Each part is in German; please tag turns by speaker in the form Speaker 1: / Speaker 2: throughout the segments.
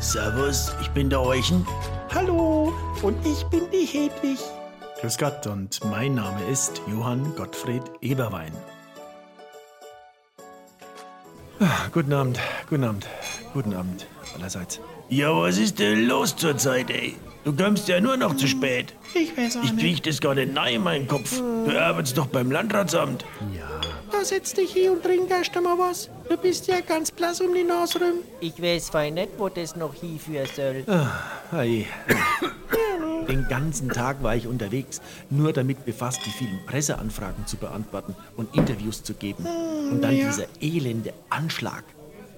Speaker 1: Servus, ich bin der Euchen.
Speaker 2: Hallo, und ich bin die Hedwig.
Speaker 1: Grüß Gott und mein Name ist Johann Gottfried Eberwein. Ah, Guten Abend, guten Abend, guten Abend allerseits. Ja, was ist denn los zurzeit, ey? Du kommst ja nur noch zu spät.
Speaker 2: Hm, Ich weiß auch
Speaker 1: Ich
Speaker 2: nicht. Hm.
Speaker 1: krieg das gar nicht nahe in meinen Kopf. Du arbeitest doch beim Landratsamt.
Speaker 2: Da setz dich hin und trink erst einmal was. Du bist ja ganz blass um die Nase rum.
Speaker 3: Ich weiß fein nicht, wo das noch hinführen soll.
Speaker 2: Äh.
Speaker 1: Hi. Den ganzen Tag war ich unterwegs, nur damit befasst, die vielen Presseanfragen zu beantworten und Interviews zu geben. Und dann dieser elende Anschlag.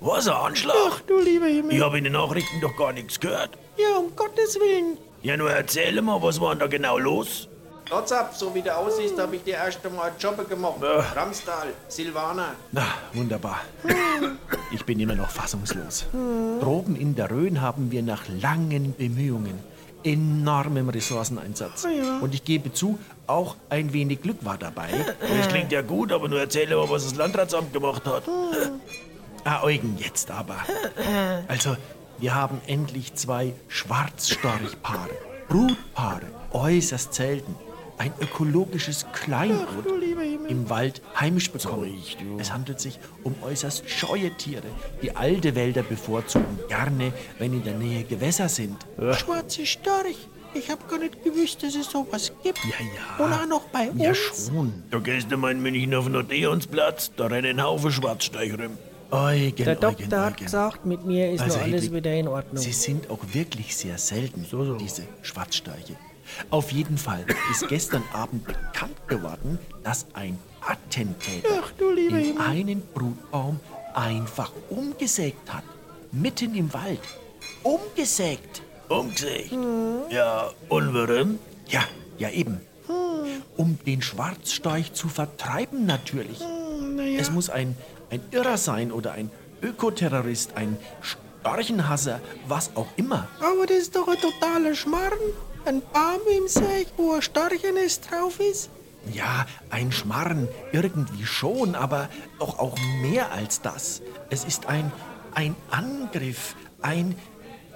Speaker 1: Was ein
Speaker 2: Ach
Speaker 1: Anschlag?
Speaker 2: du lieber Himmel.
Speaker 1: Ich habe in den Nachrichten doch gar nichts gehört.
Speaker 2: Ja, um Gottes Willen.
Speaker 1: Ja, nur erzähl mal, was war denn da genau los?
Speaker 4: Trotz ab, so wie du aussiehst, habe ich dir erst einmal einen Job gemacht. Ramstal, Silvaner.
Speaker 1: Na, wunderbar. Ich bin immer noch fassungslos. Proben in der Rhön haben wir nach langen Bemühungen, enormem Ressourceneinsatz. Und ich gebe zu, auch ein wenig Glück war dabei. Das klingt ja gut, aber nur erzähle mal, was das Landratsamt gemacht hat. Ah, Eugen, jetzt aber. Also, wir haben endlich zwei Schwarzstorchpaare. Brutpaare, äußerst selten. Ein ökologisches Kleingut im Wald heimisch bekommen. Es handelt sich um äußerst scheue Tiere, die alte Wälder bevorzugen, gerne, wenn in der Nähe Gewässer sind.
Speaker 2: Schwarze Storch. Ich hab gar nicht gewusst, dass es sowas gibt.
Speaker 1: Ja, ja.
Speaker 2: Oder auch noch bei uns.
Speaker 1: Ja, schon. Da gehst du mal in München auf den Odeonsplatz, da rennen ein Haufen Schwarzsteich rum. Eugen,
Speaker 3: Der
Speaker 1: Eugen,
Speaker 3: Doktor hat
Speaker 1: Eugen.
Speaker 3: gesagt, mit mir ist
Speaker 1: Also,
Speaker 3: noch alles
Speaker 1: Hedwig,
Speaker 3: wieder in Ordnung.
Speaker 1: Sie sind auch wirklich sehr selten, diese Schwarzsteiche. Auf jeden Fall ist gestern Abend bekannt geworden, dass ein Attentäter
Speaker 2: Ach, du lieber
Speaker 1: den
Speaker 2: Himmel.
Speaker 1: einen Brutbaum einfach umgesägt hat. Mitten im Wald. Umgesägt. Umgesägt? Ja, und warum? Ja, ja eben. Um den Schwarzsteich zu vertreiben natürlich. Es muss ein, ein Irrer sein oder ein Ökoterrorist, ein Storchenhasser, was auch immer.
Speaker 2: Aber das ist doch ein totaler Schmarrn. Ein Baum im Seich, wo ein Storchenes drauf ist.
Speaker 1: Ja, ein Schmarren, irgendwie schon, aber doch auch mehr als das. Es ist ein, ein Angriff, ein...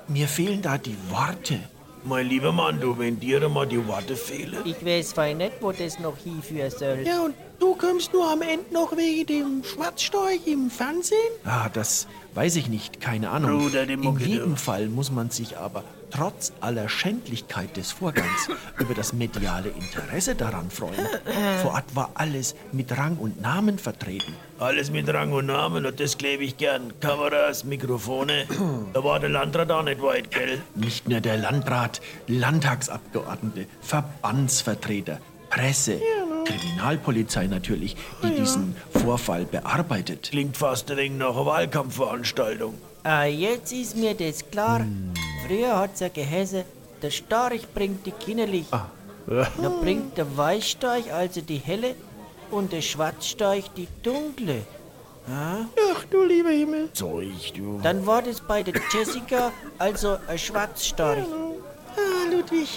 Speaker 1: Mir fehlen da die Worte. Mein lieber Mann, du, wenn dir mal die Worte fehlen...
Speaker 3: Ich weiß fein nicht, wo das noch hinführen soll.
Speaker 2: Ja, und du kommst nur am Ende noch wegen dem Schwarzstorch im Fernsehen?
Speaker 1: Ah, das weiß ich nicht, keine Ahnung.
Speaker 4: Bruder, die
Speaker 1: In
Speaker 4: Mucke,
Speaker 1: jedem
Speaker 4: du.
Speaker 1: Fall muss man sich aber trotz aller Schändlichkeit des Vorgangs über das mediale Interesse daran freuen. Vor Ort war alles mit Rang und Namen vertreten.
Speaker 4: Alles mit Rang und Namen und das klebe ich gern. Kameras, Mikrofone. da war der Landrat auch nicht weit, gell?
Speaker 1: Nicht nur der Landrat, Landtagsabgeordnete, Verbandsvertreter, Presse, Kriminalpolizei natürlich, die diesen Vorfall bearbeitet.
Speaker 4: Klingt fast ein wenig nach einer Wahlkampfveranstaltung.
Speaker 3: Ah, jetzt ist mir das klar.
Speaker 1: Hm.
Speaker 3: Früher hat's ja geheißen, der Storch bringt die Kinderlich.
Speaker 1: Ah.
Speaker 3: Da bringt der Weißstorch also die helle und der Schwarzstorch die dunkle.
Speaker 2: Ach du lieber Himmel.
Speaker 1: Zeug, du.
Speaker 3: Dann war das bei der Jessica also ein Schwarzstorch.
Speaker 2: Ah, Ludwig.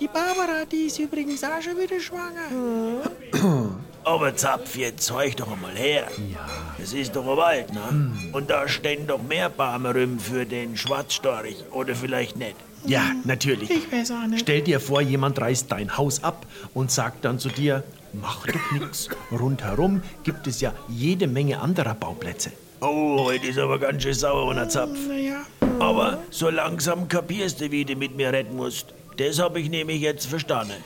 Speaker 2: Die Barbara, die ist übrigens auch schon wieder schwanger.
Speaker 4: Aber Zapf, jetzt heuch doch einmal her. Ja. Es ist doch ein Wald, ne?
Speaker 1: Hm.
Speaker 4: Und da stehen doch mehr Bäume rum für den Schwarzstorch. Oder vielleicht nicht.
Speaker 1: Ja, natürlich.
Speaker 2: Hm. Ich weiß auch nicht.
Speaker 1: Stell dir vor, jemand reißt dein Haus ab und sagt dann zu dir, mach doch nix. Rundherum gibt es ja jede Menge anderer Bauplätze.
Speaker 4: Oh, heute ist aber ganz schön sauer, ohne
Speaker 2: Hm,
Speaker 4: Zapf.
Speaker 2: Naja.
Speaker 4: Aber so langsam kapierst du, wie du mit mir reden musst. Das habe ich nämlich jetzt verstanden.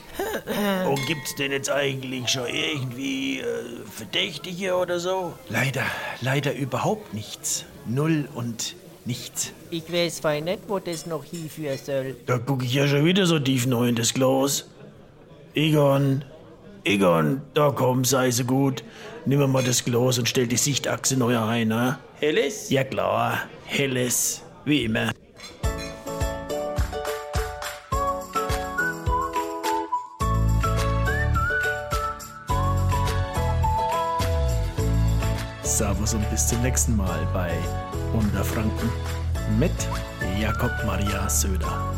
Speaker 4: Und gibt's denn jetzt eigentlich schon irgendwie äh, Verdächtige oder so?
Speaker 1: Leider, leider überhaupt nichts. Null und nichts.
Speaker 3: Ich weiß fein nicht, wo das noch hinführen soll.
Speaker 4: Da gucke ich ja schon wieder so tief neu in das Glas. Egon, Egon, da komm, sei so gut. Nimm mir mal das Glas und stell die Sichtachse neu ein, ne? Helles? Ja klar, helles, wie immer.
Speaker 1: Servus und bis zum nächsten Mal bei Unterfranken mit Jakob Maria Söder.